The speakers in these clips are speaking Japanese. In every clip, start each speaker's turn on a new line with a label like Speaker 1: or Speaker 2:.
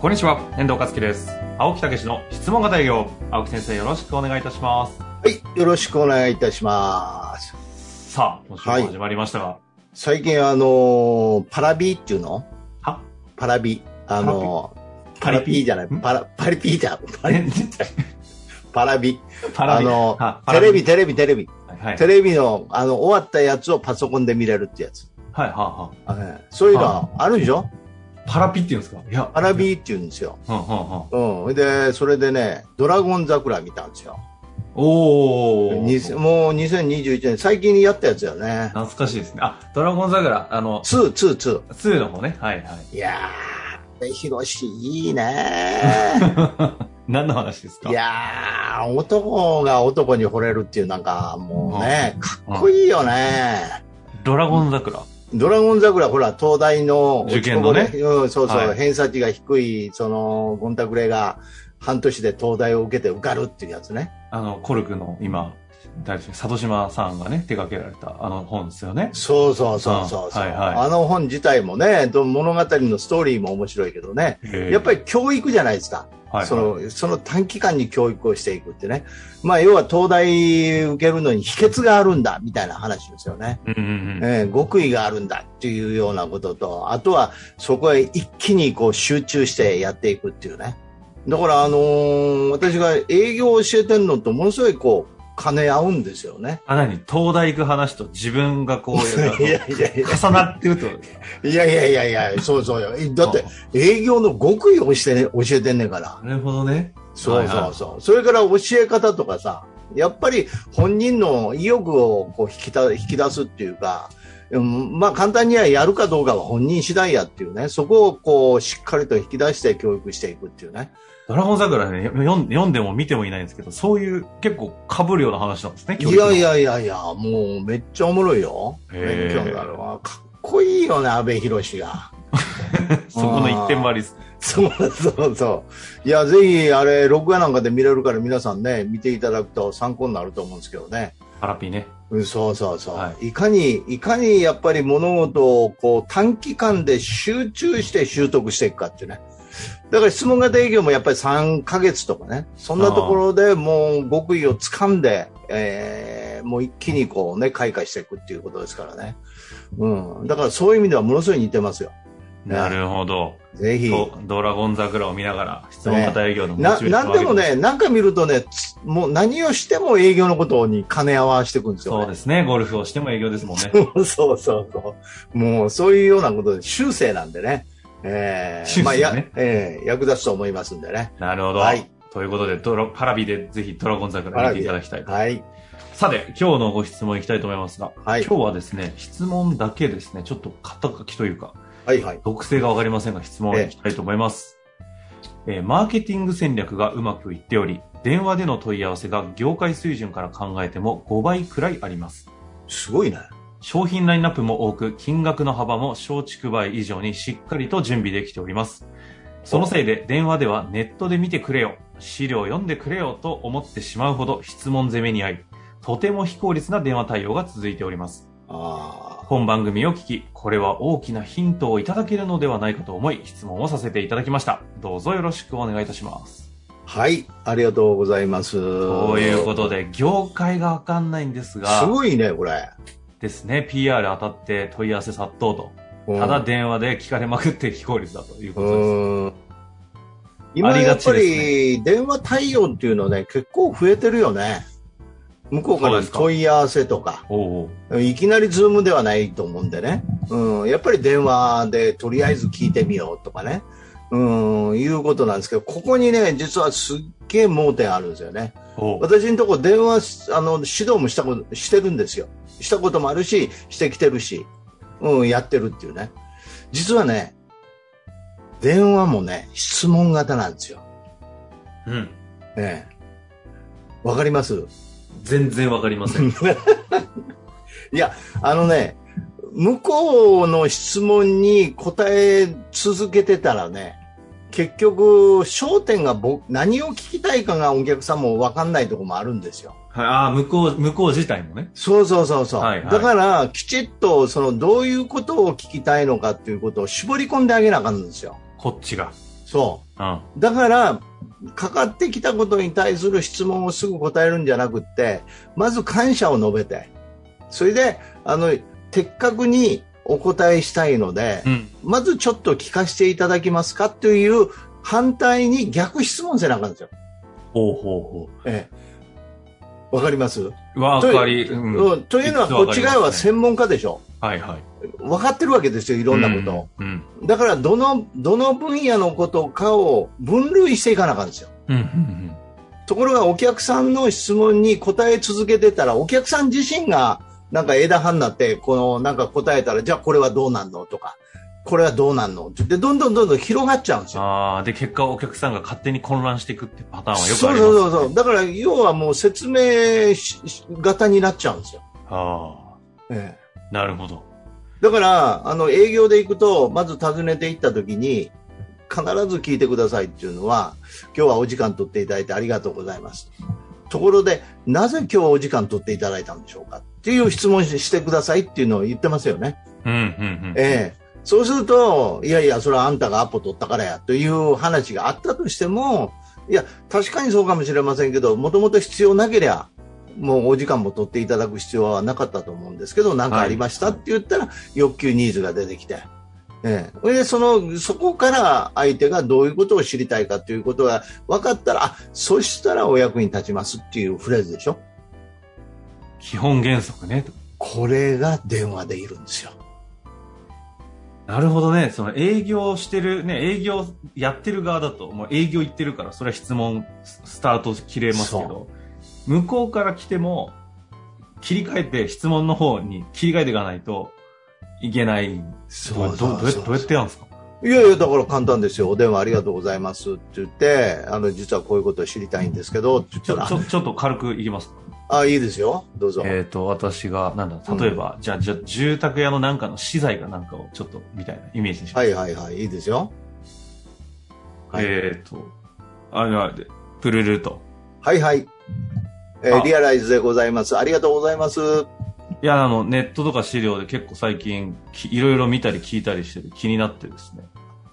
Speaker 1: こんにちは、遠藤和樹です。青木武の質問型営業。青木先生、よろしくお願いいたします。
Speaker 2: はい、よろしくお願いいたします。
Speaker 1: さあ、今週も
Speaker 2: はい
Speaker 1: 始まりましたが、
Speaker 2: 最近あのーパラビーっていうの
Speaker 1: は
Speaker 2: パラビ。あのー
Speaker 1: パ
Speaker 2: パ
Speaker 1: ラ
Speaker 2: ラ
Speaker 1: ビ
Speaker 2: ビーじゃない、
Speaker 1: ん
Speaker 2: パラ、パリピーじゃん。パリパラビ。
Speaker 1: パラビ
Speaker 2: あのー
Speaker 1: はパラ
Speaker 2: テ
Speaker 1: ビ
Speaker 2: レビ、テレビ、テレビ。
Speaker 1: はい、
Speaker 2: テレビの、あの、終わったやつをパソコンで見れるってやつ。
Speaker 1: はい、はい、は
Speaker 2: はいそういうのあるでしょ
Speaker 1: い。パラピって言うんですかいや、
Speaker 2: パラビーって言うんですよ。
Speaker 1: うん、うん、うん。
Speaker 2: うん。で、それでね、ドラゴン桜見たんですよ。
Speaker 1: おー。
Speaker 2: にもう2021年、最近にやったやつだよね。
Speaker 1: 懐かしいですね。あ、ドラゴン桜、あの、
Speaker 2: 2、2、2。
Speaker 1: 2の方ね。はい、 はい
Speaker 2: やー、ヒロシいいね
Speaker 1: い。何の話ですか
Speaker 2: ー。いやー、男が男に惚れるっていうなんか、もうね、かっこいいよね。
Speaker 1: ドラゴン桜。
Speaker 2: ドラゴン桜、ほら、東大の
Speaker 1: 受験のね
Speaker 2: 落ちこぼれうん、そうそう、
Speaker 1: はい
Speaker 2: 偏差値が低い、その、ゴンタクレが半年で東大を受けて受かるっていうやつね。
Speaker 1: あの、コルクの今、誰でしたっけ里島さんがね、手掛けられたあの本ですよね。
Speaker 2: そうそうそうそうそう、
Speaker 1: うんはいはい
Speaker 2: あの本自体もね、ど物語のストーリーも面白いけどね、や
Speaker 1: や
Speaker 2: っぱり教育じゃないですか。
Speaker 1: はい、
Speaker 2: そのその短期間に教育をしていくってね、まあ、要は東大受けるのに秘訣があるんだみたいな話ですよね、
Speaker 1: うんうんうん、
Speaker 2: えー極意があるんだっていうようなことと、あとはそこへ一気にこう集中してやっていくっていうね、だから、あのー私が営業を教えてるのと、ものすごいこう兼ね合うんですよね。
Speaker 1: あ、何東大行く話と自分がこう、
Speaker 2: いやいやいや
Speaker 1: 重なってるってことですか
Speaker 2: いやいやいやいや、そうそうよ。えだって
Speaker 1: あ、
Speaker 2: 営業の極意をして、ね、教えてんねんから。
Speaker 1: なるほどね。
Speaker 2: そうそうそう。それから教え方とかさ、やっぱり本人の意欲をこう引きた引き出すっていうか、うんまあ簡単にはやるかどうかは本人次第やっていうね、そこをこうしっかりと引き出して教育していくっていうね。
Speaker 1: ドラゴン桜ね、よ読ん読んでも見てもいないんですけど、そういう結構被るような話なんですね、
Speaker 2: いやい
Speaker 1: や。
Speaker 2: やいやいや、もうめっちゃおもろいよ。
Speaker 1: へ
Speaker 2: 勉
Speaker 1: ー
Speaker 2: 強になるわ。かっこいいよね、安倍博士が。
Speaker 1: そこの一点張りです。
Speaker 2: そうそうそう。いや、ぜひ、あれ、録画なんかで見れるから皆さんね、見ていただくと参考になると思うんですけどね。
Speaker 1: パラピね。
Speaker 2: うん、そうそうそう、。
Speaker 1: はい
Speaker 2: かに、いかにやっぱり物事をこう短期間で集中して習得していくかっていうね。だから質問型営業もやっぱり3ヶ月とかね。そんなところでもう極意をつかんで、えー、もう一気にこうね、開花していくっていうことですからね。うん。だからそういう意味ではものすごい似てますよ。ね
Speaker 1: なるほど。
Speaker 2: ぜひ。
Speaker 1: とドラゴン桜を見ながら、質問型営業の
Speaker 2: な、
Speaker 1: モチベーション
Speaker 2: なん
Speaker 1: を上
Speaker 2: で
Speaker 1: げ
Speaker 2: も
Speaker 1: て
Speaker 2: ね、なんか見るとね、つもう何をしても営業のことに兼ね合わせていくんですよ、
Speaker 1: そう
Speaker 2: ね。
Speaker 1: ですね、ゴルフをしても営業ですもんね。
Speaker 2: そうそうそう。もうそういうようなことで、修正なんでね。えー、
Speaker 1: 修正ね
Speaker 2: まあや、えー役立つと思いますんでね。
Speaker 1: なるほど。
Speaker 2: はい
Speaker 1: ということで、ドラパラビでぜひドラゴン桜見ていただきたい。
Speaker 2: はい。
Speaker 1: さて、今日のご質問いきたいと思いますが、
Speaker 2: はい
Speaker 1: 今日はですね、質問だけですね、ちょっと肩書きというか、
Speaker 2: はいはい。
Speaker 1: 毒性がわかりませんが、質問をいきたいと思います。えーマーケティング戦略がうまくいっており、電話での問い合わせが業界水準から考えても5倍くらいあります。
Speaker 2: すごいね。
Speaker 1: 商品ラインナップも多く、金額の幅も松竹梅以上にしっかりと準備できております。そのせいで、電話ではネットで見てくれよ、資料読んでくれよと思ってしまうほど質問攻めに遭い、とても非効率な電話対応が続いております。
Speaker 2: あ
Speaker 1: 本番組を聞き、これは大きなヒントをいただけるのではないかと思い、質問をさせていただきました。どうぞよろしくお願いいたします。
Speaker 2: あ。はい。ありがとうございます。
Speaker 1: と
Speaker 2: そ
Speaker 1: いうことで、業界がわかんないんです
Speaker 2: す
Speaker 1: が、
Speaker 2: ごいね、これ。
Speaker 1: ですね、PR 当たって問い合わせ殺到と。
Speaker 2: うん
Speaker 1: ただ電話で聞かれまくって非効率だというこ
Speaker 2: う
Speaker 1: とです。
Speaker 2: ん。今
Speaker 1: あり
Speaker 2: や
Speaker 1: が
Speaker 2: っ
Speaker 1: ち
Speaker 2: ぱ
Speaker 1: で
Speaker 2: り電話対応っていうのね、結構増えてるよね。向こうか
Speaker 1: そう
Speaker 2: ら
Speaker 1: ですか
Speaker 2: 問い合わせとか。
Speaker 1: おうおう
Speaker 2: いきなりズームではないと思うんでね、うん、やっぱり電話でとりあえず聞いてみようとかね、うん、いうことなんですけど、ここにね、実はすっげえ盲点あるんですよね。
Speaker 1: おう
Speaker 2: 私のとこ電話、あの、指導もしたこと、してるんですよ。したこともあるし、してきてるし、うん、やってるっていうね。実はね、電話もね、質問型なんですよ。
Speaker 1: うん。
Speaker 2: ええ。わかります
Speaker 1: 全然わかりません。
Speaker 2: あのね、向こうの質問に答え続けてたらね、結局、焦点が僕、何を聞きたいかがお客さんもわかんないところもあるんですよ。
Speaker 1: はい、ああ、向こう、向こう自体もね。
Speaker 2: そうそうそうそう。
Speaker 1: はいはい
Speaker 2: だから、きちっと、その、どういうことを聞きたいのかっていうことを絞り込んであげなあかんんですよ。
Speaker 1: こっちが。
Speaker 2: そ
Speaker 1: うん。
Speaker 2: う。だから、かかってきたことに対する質問をすぐ答えるんじゃなくって、まず感謝を述べて、それで、あの、的確にお答えしたいので
Speaker 1: う、ん。
Speaker 2: まずちょっと聞かせていただきますかという反対に逆質問せなあかんんですよ。
Speaker 1: ほうほ
Speaker 2: ええ。わかります、
Speaker 1: うほう。わかり、うん。は
Speaker 2: うんというのは、こっち側は専門家でしょ。
Speaker 1: いはい。
Speaker 2: 分かってるわけですよ、いろんなことを。
Speaker 1: うん。
Speaker 2: だから、どの、どの分野のことかを分類していかなあかんですよ。
Speaker 1: うん。うん。うん。
Speaker 2: ところが、お客さんの質問に答え続けてたら、お客さん自身が、なんか枝葉になって、この、なんか答えたら、じゃあこれはどうなんのとか、これはどうなんのって言って、どんどんどんどん広がっちゃうんですよ。
Speaker 1: ああ、で、結果お客さんが勝手に混乱していくってパターンはよく
Speaker 2: そ
Speaker 1: あ
Speaker 2: う
Speaker 1: ります。
Speaker 2: そうそうそう。だから、要はもう説明しし型になっちゃうんですよ。
Speaker 1: あ
Speaker 2: ええ
Speaker 1: あ、なるほど。
Speaker 2: だから、あの、営業で行くと、まず訪ねて行った時に、必ず聞いてくださいっていうのは、今日はお時間取っていただいてありがとうございます。ところで、なぜ今日お時間取っていただいたんでしょうかっていう質問ししてくださいっていうのを言ってますよね。
Speaker 1: うん、うん、うん。
Speaker 2: ええそうすると、いやいや、それはあんたがアポ取ったからやという話があったとしても、いや、確かにそうかもしれませんけど、もともと必要なけりゃ、もうお時間も取っていただく必要はなかったと思うんですけど、何かありましたって言ったら、欲求ニーズが出てきて。ええ、それでそのそこから相手がどういうことを知りたいかということが分かったら、あそしたらお役に立ちますっていうフレーズでしょ。
Speaker 1: 基本原則ね。
Speaker 2: これが電話でいるんですよ。
Speaker 1: なるほどね。その営業してる、ね、営業やってる側だと、もう営業行ってるから、それは質問ススタート切れますけど、向こうから来ても、切り替えて質問の方に切り替えていかないといけない。
Speaker 2: そ
Speaker 1: どどどうやどうやってやるんですか
Speaker 2: いやいや、だから簡単ですよ。お電話ありがとうございますって言って、あの、実はこういうことを知りたいんですけど、って言っ
Speaker 1: ち
Speaker 2: た
Speaker 1: ょ、
Speaker 2: ら
Speaker 1: ち、ょ、ちょっと軽くいきます。
Speaker 2: あ、いいですよ。どうぞ。
Speaker 1: えっ、と、私が、なんだ、例えば、じゃあ、じゃあ住宅屋のなんかの資材かなんかをちょっと、みたいなイメージにします。
Speaker 2: はいはいはい、いいですよ。はい
Speaker 1: えっ、と、あ、いやでプルルと。
Speaker 2: はいはい。えー
Speaker 1: あ
Speaker 2: リアライズでございます。ありがとうございます。
Speaker 1: いや、あの、ネットとか資料で結構最近、きいろいろ見たり聞いたりしてて気になってですね、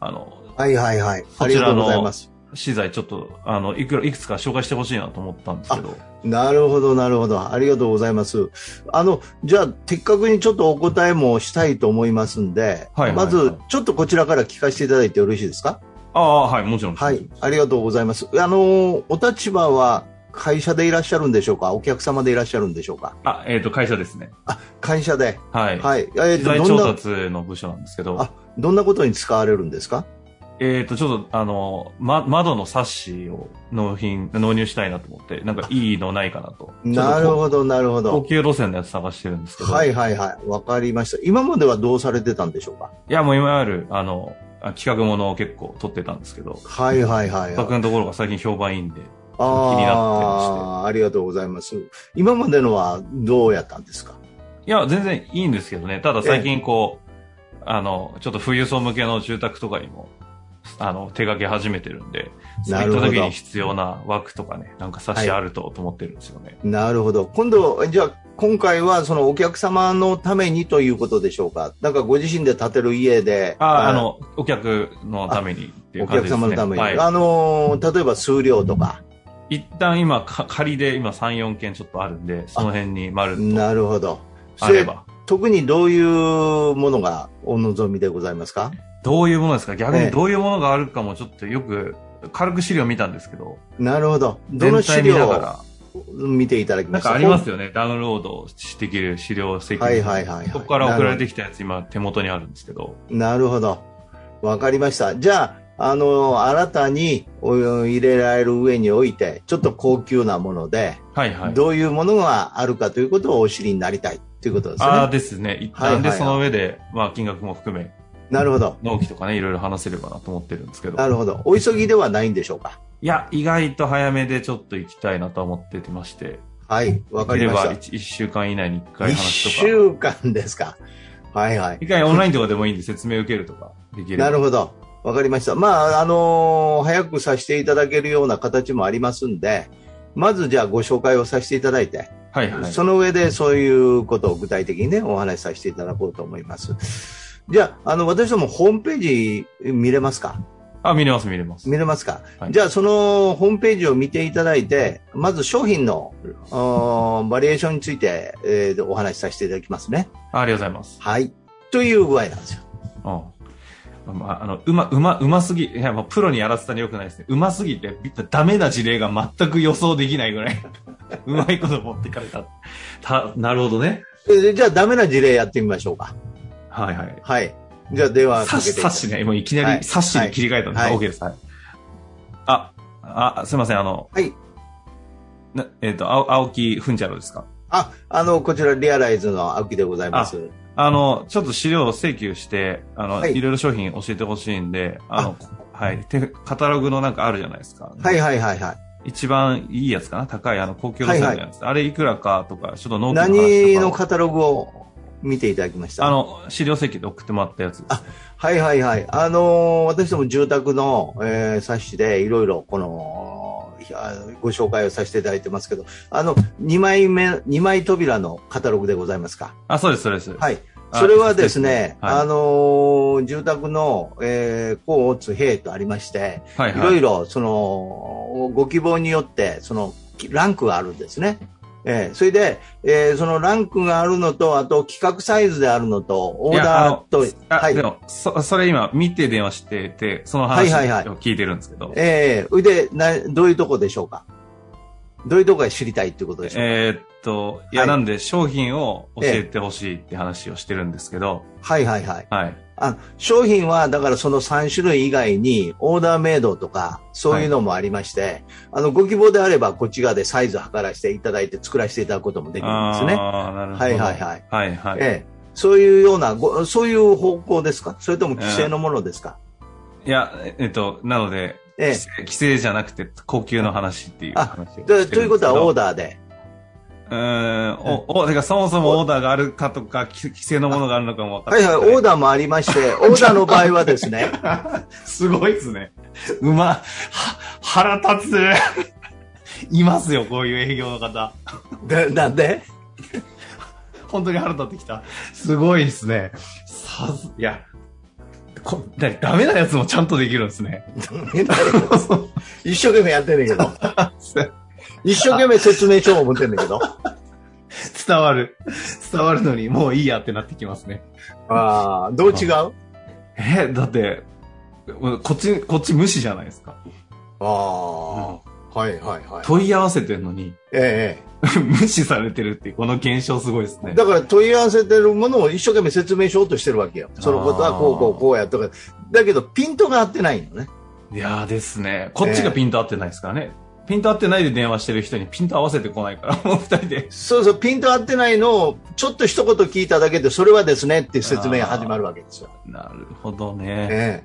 Speaker 1: あの、
Speaker 2: はいはいはい。あ
Speaker 1: そ
Speaker 2: り
Speaker 1: ち
Speaker 2: が
Speaker 1: らの
Speaker 2: とうございます。
Speaker 1: 資材ちょっと、あの、いくら、いくつか紹介してほしいなと思ったんですけど、
Speaker 2: なるほど、なるほど。ありがとうございます。あの、じゃあ、的確にちょっとお答えもしたいと思いますんで、
Speaker 1: はいはいはい
Speaker 2: まず、ちょっとこちらから聞かせていただいてよろしいですか
Speaker 1: ああ、はい、もちろん。
Speaker 2: はい、ありがとうございます。あの、お立場は会社でいらっしゃるんでしょうかお客様でいらっしゃるんでしょうか
Speaker 1: あ、えっ、と、会社ですね。
Speaker 2: あ、会社で。
Speaker 1: はい。
Speaker 2: はい。えっ
Speaker 1: 資
Speaker 2: と
Speaker 1: 材
Speaker 2: ど
Speaker 1: 調
Speaker 2: んな、
Speaker 1: 達の部署なんですけど
Speaker 2: あ、どんなことに使われるんですか
Speaker 1: えっ、と、ちょっと、あの、ま、窓のサッシを納品、納入したいなと思って、なんかいいのないかなと。
Speaker 2: なる
Speaker 1: ど。
Speaker 2: ほど、なるほ
Speaker 1: 高
Speaker 2: ど。
Speaker 1: 級路線のやつ探してるんですけど、
Speaker 2: はいいはいはい。わかりました。今まではどうされてたんでしょうか
Speaker 1: や、もういわゆる、あの、あ企画ものを結構撮ってたんですけど、
Speaker 2: はいはいはい、
Speaker 1: 企
Speaker 2: はい。
Speaker 1: 画のところが最近評判いいんで、気にな
Speaker 2: ああー、ありがとうございます。今までのはどうやったんですか
Speaker 1: いや、全然いいんですけどね。ただ最近こう、あの、ちょっと富裕層向けの住宅とかにも、あの、手掛け始めてるんで、そう
Speaker 2: ないる
Speaker 1: っ
Speaker 2: ほ
Speaker 1: た
Speaker 2: ど
Speaker 1: 時に必要な枠とかね、なんか差しあると、と思ってるんですよね。
Speaker 2: なるほど。今度、じゃあ、今回はそのお客様のためにということでしょうかなんかご自身で建てる家で。
Speaker 1: あ、あ
Speaker 2: の
Speaker 1: の、お客のためにっていう
Speaker 2: お
Speaker 1: 感じ
Speaker 2: 客
Speaker 1: ですね。
Speaker 2: 様のために。
Speaker 1: は
Speaker 2: あのー例えば数量とか。
Speaker 1: い。一旦今、か仮で今3、4件ちょっとあるんで、その辺に丸と
Speaker 2: なるほど。
Speaker 1: あれば。
Speaker 2: 特にどういうものがお望みでございますか
Speaker 1: どういうものですか逆
Speaker 2: ええ
Speaker 1: にどういうものがあるかもちょっとよく、軽く資料見たんですけど、
Speaker 2: なるほど。どの
Speaker 1: 全
Speaker 2: 資
Speaker 1: 体見
Speaker 2: 料
Speaker 1: なが
Speaker 2: を
Speaker 1: ら、
Speaker 2: 見ていただき
Speaker 1: な
Speaker 2: ま
Speaker 1: ん
Speaker 2: した
Speaker 1: かありますよね。ダウンロードできる資料設計。
Speaker 2: はいはいはいはい
Speaker 1: そこから送られてきたやつ今手元にあるんですけど。
Speaker 2: なるほど。わかりました。じゃあ、あのー新たにお入れられる上において、ちょっと高級なもので、
Speaker 1: はいはい。
Speaker 2: どういうものがあるかということをお知りになりたいということですね。
Speaker 1: ああですね。一
Speaker 2: はいは
Speaker 1: 旦
Speaker 2: い
Speaker 1: で、
Speaker 2: はい
Speaker 1: その上で、まあ金額も含め、
Speaker 2: なるほど。
Speaker 1: 納期とかね、いろいろ話せればなと思ってるんですけど。
Speaker 2: なるほど。お急ぎではないんでしょうか。
Speaker 1: いや、意外と早めでちょっと行きたいなと思っててまして。
Speaker 2: はい。わかりま
Speaker 1: でき
Speaker 2: し
Speaker 1: れ
Speaker 2: た
Speaker 1: ば。1, 週間以内に1回
Speaker 2: 一
Speaker 1: 話とか。
Speaker 2: 週間ですか。はいはい。
Speaker 1: 一回オンラインとかでもいいんで説明受けるとかできる。
Speaker 2: なる
Speaker 1: ほ
Speaker 2: ほど。わかりました。まあ、あのー早くさせていただけるような形もありますんで、まずじゃあご紹介をさせていただいて、
Speaker 1: ど。はいはい。
Speaker 2: その上でそういうことを具体的にね、お話しさせていただこうと思います。じゃあ、あの、私どもホームページ見れますか
Speaker 1: あ、見れます見れます。
Speaker 2: 見れますか、
Speaker 1: はい
Speaker 2: じゃあ、そのホームページを見ていただいて、まず商品の、あーバリエーションについて、えーお話しさせていただきますね。
Speaker 1: あありがとうございます。
Speaker 2: はい。という具合なんですよ。
Speaker 1: うん。まあ、あの、うま、うま、うますぎ、いや、まあ、プロにやらせたらよくないですね。うますぎて、びダメな事例が全く予想できないぐらい、 うまいこと持ってかれた。た、なるほどね。
Speaker 2: えーじゃあ、ダメな事例やってみましょうか。
Speaker 1: はいはい。
Speaker 2: はい。じゃあ電話
Speaker 1: サ
Speaker 2: か
Speaker 1: ッ
Speaker 2: けて。
Speaker 1: サッシね、もういきな
Speaker 2: は
Speaker 1: り
Speaker 2: い
Speaker 1: サッシに切り替えたんで、
Speaker 2: はい
Speaker 1: OK です。はい。あ、あ、すいません、あの、
Speaker 2: はい。
Speaker 1: なえっ、と、青青木ふんちゃろですか
Speaker 2: あ、あの、こちらリアライズの青木でございます。
Speaker 1: あの、ちょっと資料を請求して、あの、、
Speaker 2: はいい
Speaker 1: ろいろ商品教えてほしいんで、あの、はい、てカタログのなんかあるじゃないですか。
Speaker 2: はいはいはいは
Speaker 1: 一番いいやつかな高い、あの、高級路線のやつ。あれいくらかとか、ちょっと納期の
Speaker 2: い。
Speaker 1: 話
Speaker 2: 何
Speaker 1: と
Speaker 2: の
Speaker 1: か。
Speaker 2: カタログを見ていただきました
Speaker 1: あの、資料請求で送ってもらったやつ。
Speaker 2: あはいはいはい。あのー私ども住宅の、えー冊子でいろいろこの、いやご紹介をさせていただいてますけど、あの、2枚目、二枚扉のカタログでございますか。
Speaker 1: あ、そうです、そうです。
Speaker 2: はい。
Speaker 1: あ
Speaker 2: それはですね、
Speaker 1: はい
Speaker 2: あのー住宅の、えー、甲、乙、丙とありまして、
Speaker 1: はい
Speaker 2: いろ
Speaker 1: はい
Speaker 2: い。ろ、その、ご希望によって、その、ランクがあるんですね。ええそれで、ええそのランクがあるのと、あと、規格サイズであるのと、オーダーと
Speaker 1: いや、あのあ
Speaker 2: はい
Speaker 1: で。もそ、それ今、見て電話してて、その話を
Speaker 2: はいはいはい
Speaker 1: 聞いてるんですけど、
Speaker 2: ええそれで、な、どういうとこでしょうかどういうとこが知りたいってことでしょうか、
Speaker 1: えーっと、いや、
Speaker 2: はい
Speaker 1: なんで、商品を教えてほしいって話をしてるんですけど、
Speaker 2: はいはいはい。
Speaker 1: はい。
Speaker 2: あの商品は、だからその3種類以外に、オーダーメイドとか、そういうのもありまして、あの、ご希望であれば、こっち側でサイズ測らせていただいて、作らせていただくこともできるんですね。
Speaker 1: ああ、なるほど。
Speaker 2: はいはいはい。
Speaker 1: はいはい。
Speaker 2: ええ、そういうようなご、そういう方向ですかそれとも規制のものですか、
Speaker 1: いや、えっと、なので、
Speaker 2: ええ
Speaker 1: 規制規制じゃなくて、高級の話っていう話をしてるんで
Speaker 2: です
Speaker 1: けど。
Speaker 2: ということはオーダーで。
Speaker 1: うーん、お、お、てかそもそもオーダーがあるかとか、き規制のものがあるのかも分か
Speaker 2: はいはい、オ
Speaker 1: ダ
Speaker 2: ーダーもありまして、オーダーの場合はですね、
Speaker 1: ー。すごいですね。うま、は、腹立つ。 いますよ、こういう営業の方。
Speaker 2: でなんで
Speaker 1: 本当に腹立ってきた。すごいですね。さす、いや、こ、だダメなやつもちゃんとできるんですね。
Speaker 2: 一生懸命やってんねんけど。一生懸命説明書を持ってんねんけど。
Speaker 1: 伝わる。伝わるのに、もういいやってなってきますね。
Speaker 2: ああ、どう違うあ
Speaker 1: え、だって、こっち、こっち無視じゃないですか。
Speaker 2: あ、はいはいはい。
Speaker 1: 問い合わせてるの に、
Speaker 2: え
Speaker 1: 無視されてるっていう、この現象すごいです
Speaker 2: え
Speaker 1: ね。
Speaker 2: だから問い合わせてるものを一生懸命説明しようとしてるわけよ。そのことはこうこうこうやとか。だけど、ピントが合ってないのね。
Speaker 1: いやーですね。こっちがピント合ってないですからね。ピント合ってないで電話してる人にピント合わせてこないから、もう二人で。
Speaker 2: そうそう、ピント合ってないのを、ちょっと一言聞いただけで、それはですねっていう説明が始まるわけですよ。
Speaker 1: なるほどね。
Speaker 2: え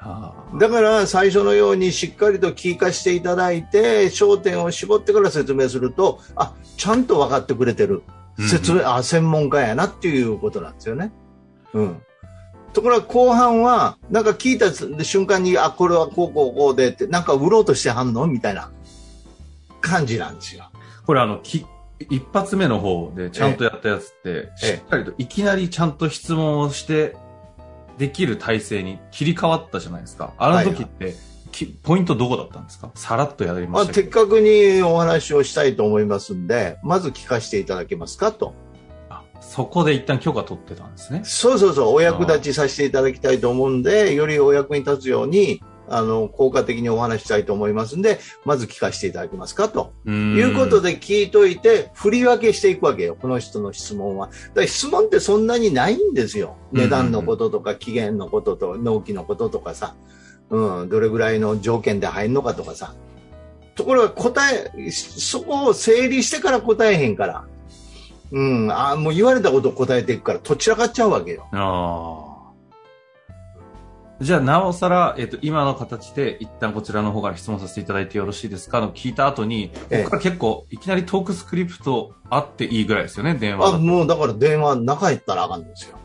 Speaker 1: あ
Speaker 2: え、だから、最初のようにしっかりと聞かしていただいて、焦点を絞ってから説明すると、あ、ちゃんと分かってくれてる。
Speaker 1: うん
Speaker 2: 説明、あ、専門家やなっていうことなんですよね。うん。ところが後半は、なんか聞いた瞬間に、あ、これはこうこうこうでって、なんか売ろうとしてはんのみたいな感じなんですよ。
Speaker 1: ーこれあの、き、一発目の方でちゃんとやったやつって、
Speaker 2: ええ
Speaker 1: しっかりといきなりちゃんと質問をして、できる体制に切り替わったじゃないですか。あの時って、きポイントどこだったんですかさらっとやりま
Speaker 2: まあ、
Speaker 1: したけ
Speaker 2: 的
Speaker 1: ど。
Speaker 2: 確にお話をしたいと思いますんで、まず聞かせていただけますかと。
Speaker 1: あそこで一旦許可取ってたんですね。
Speaker 2: そうそうそう、お役立ちさせていただきたいと思うんで、よりお役に立つように、あの、効果的にお話ししたいと思いますんで、まず聞かせていただけますかと。
Speaker 1: い
Speaker 2: いうことで聞いといて、振り分けしていくわけよ、この人の質問は。だから質問ってそんなにないんですよ。
Speaker 1: うん
Speaker 2: 値段のこととか、期限のことと、納期のこととかさ、うん、どれぐらいの条件で入るのかとかさ。ところが答え、そこを整理してから答えへんから。うん、あもう言われたことを答えていくから、とっちらかっちゃうわけよ。
Speaker 1: あじゃあ、なおさら、えっと、今の形で、一旦こちらの方から質問させていただいてよろしいですかの聞いた後に、
Speaker 2: ええ
Speaker 1: ここから結構、いきなりトークスクリプトあっていいぐらいですよね、電話
Speaker 2: あ、
Speaker 1: だと。
Speaker 2: もうだから電話中行ったらあかんですよ。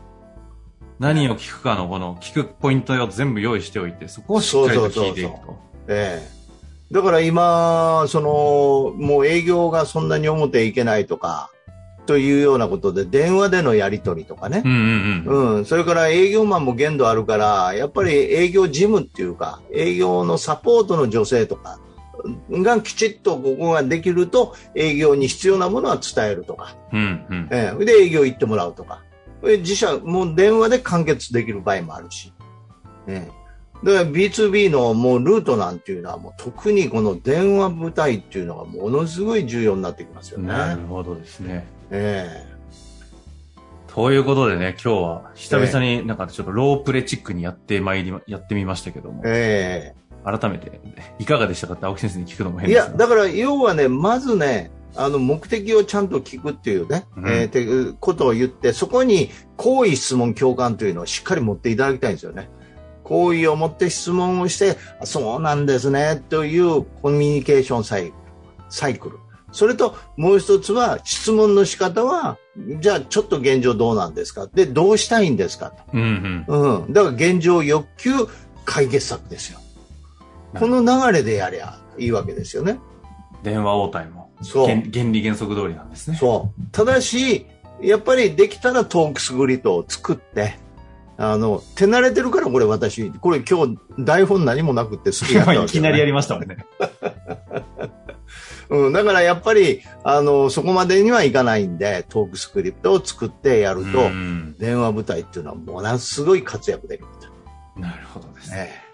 Speaker 1: 何を聞くかの、この、聞くポイントを全部用意しておいて、そこをしっかりと聞いていく
Speaker 2: そう
Speaker 1: と。
Speaker 2: ええだから今、その、もう営業がそんなに表いけないとか、というようなことで、電話でのやり取りとかね
Speaker 1: う。んうんうん。
Speaker 2: うん、それから営業マンも限度あるから、やっぱり営業事務っていうか、営業のサポートの女性とかがきちっとここができると、営業に必要なものは伝えるとか、
Speaker 1: うんうん。
Speaker 2: ええ、で営業行ってもらうとか、え自社、もう電話で完結できる場合もあるし、ええ、だから B2B のもうルートなんていうのは、もう特にこの電話部隊っていうのがものすごい重要になってきますよね。
Speaker 1: なるほどですね。
Speaker 2: え
Speaker 1: ということでね、今日は久々になんかちょっとロープレチックにやってまいりま、やってみましたけども
Speaker 2: え、ええ
Speaker 1: 改めていかがでしたかって青木先生に聞くのも変
Speaker 2: い
Speaker 1: です
Speaker 2: や、
Speaker 1: が。
Speaker 2: だから要はね、まずね、あの目的をちゃんと聞くっていうね、
Speaker 1: うん
Speaker 2: えーっていうことを言って、そこに好意、質問、共感というのをしっかり持っていただきたいんですよね。好意を持って質問をして、あそうなんですね、というコミュニケーションサイサイクル。それと、もう一つは、質問の仕方は、じゃあちょっと現状どうなんですかで、どうしたいんですか
Speaker 1: うんうん。
Speaker 2: と。うん。だから現状欲求解決策ですよ。この流れでやりゃいいわけですよね。
Speaker 1: 電話応対も
Speaker 2: そう
Speaker 1: 原原理原則通りなんですね。
Speaker 2: そう。ただし、やっぱりできたらトークスグリットを作って、あの、手慣れてるからこれ私、これ今日台本何もなくって好きやった
Speaker 1: 今
Speaker 2: ん
Speaker 1: い
Speaker 2: です
Speaker 1: き
Speaker 2: よ、
Speaker 1: な
Speaker 2: ね。
Speaker 1: りやりましたもんね。
Speaker 2: うん、だからやっぱり、あの、そこまでにはいかないんで、トークスクリプトを作ってやると、
Speaker 1: うん
Speaker 2: 電話舞台っていうのはものすごい活躍できる
Speaker 1: なるほどです
Speaker 2: と。
Speaker 1: ね。
Speaker 2: え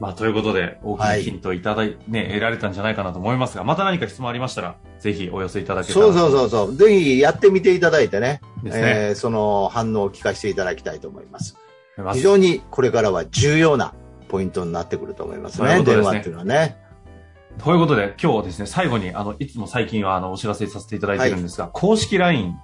Speaker 1: まあ、ということで、大
Speaker 2: は
Speaker 1: き
Speaker 2: い
Speaker 1: いヒントをいただい、ね、得られたんじゃないかなと思いますが、また何か質問ありましたら、ぜひお寄せいただ
Speaker 2: え
Speaker 1: けたら。
Speaker 2: そうそうそうそう。ぜひやってみていただいてね、
Speaker 1: ですね。
Speaker 2: えーその反応を聞かせていただきたいと思います。
Speaker 1: まず
Speaker 2: 非常にこれからは重要なポイントになってくると思います
Speaker 1: そういう
Speaker 2: ね、
Speaker 1: ことです
Speaker 2: 電
Speaker 1: ね
Speaker 2: 話っていうのはね。
Speaker 1: ということで、今日はですね、最後に、あの、いつも最近は、あの、お知らせさせていただいてるんですが、公式 LINE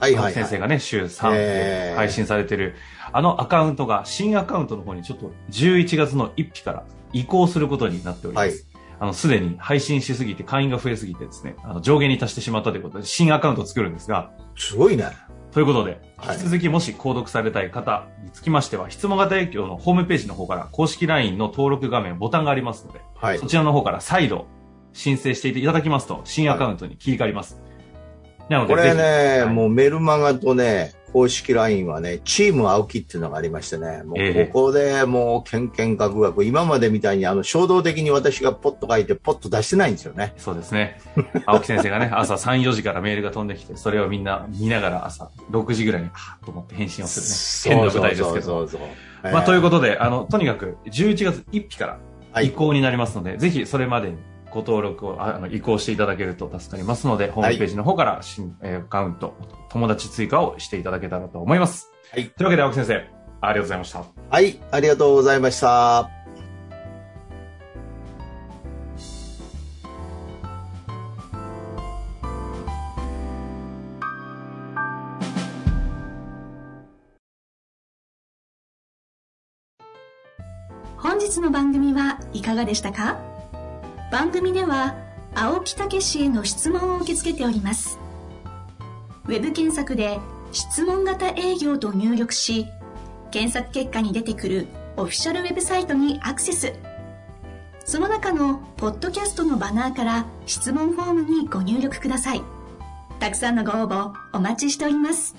Speaker 2: はいはい、はい。
Speaker 1: 先生がね、週3
Speaker 2: え
Speaker 1: で
Speaker 2: ー
Speaker 1: 配信されてる、あのアカウントが、新アカウントの方にちょっと11月の1日から移行することになっておりま
Speaker 2: はい
Speaker 1: す。あの、すでに配信しすぎて会員が増えすぎてですね、あの、上限に達してしまったということで、新アカウントを作るんですが、
Speaker 2: すごいね。
Speaker 1: ということで、
Speaker 2: はい
Speaker 1: 引き続きもし購読されたい方につきましては、質問型影響のホームページの方から公式 LINE の登録画面ボタンがありますので、
Speaker 2: はい
Speaker 1: そ。ちらの方から再度申請していただきますと、新アカウントに切り替わります。なので、
Speaker 2: これね、
Speaker 1: ぜはい
Speaker 2: もうメルマガとね、公式 LINE はね、チーム青木っていうのがありましてね、も
Speaker 1: ええ
Speaker 2: うここでもう、けんけんがくがく、今までみたいにあの衝動的に私がポッと書いて、ポッと出してないんですよね。
Speaker 1: ひ、そうですね。 青木先生がね、朝3、4時からメールが飛んできて、それをみんな見ながら朝6時ぐらいに、あーっと思って返信をするね。変な舞台ですけど。
Speaker 2: そうそうそうそう
Speaker 1: まあ、という
Speaker 2: こ
Speaker 1: ことで、あの、とにかく11月1日から
Speaker 2: と、は
Speaker 1: 移
Speaker 2: い、
Speaker 1: 行になりますので、ぜひそれまでにご登録をああの移行していただけると助かりますので、ホームページの方から新、えーアカウント、友達追加をしていただけたらと思います。
Speaker 2: はい
Speaker 1: というわけで、青木先生、ありがとうございました。
Speaker 2: はい、ありがとうございました。
Speaker 3: 本日の番組はいかがでしたか番組では青木武氏への質問を受け付けておりますウェブ検索で「質問型営業」と入力し検索結果に出てくるオフィシャルウェブサイトにアクセスその中のポッドキャストのバナーから質問フォームにご入力くださいたくさんのご応募お待ちしております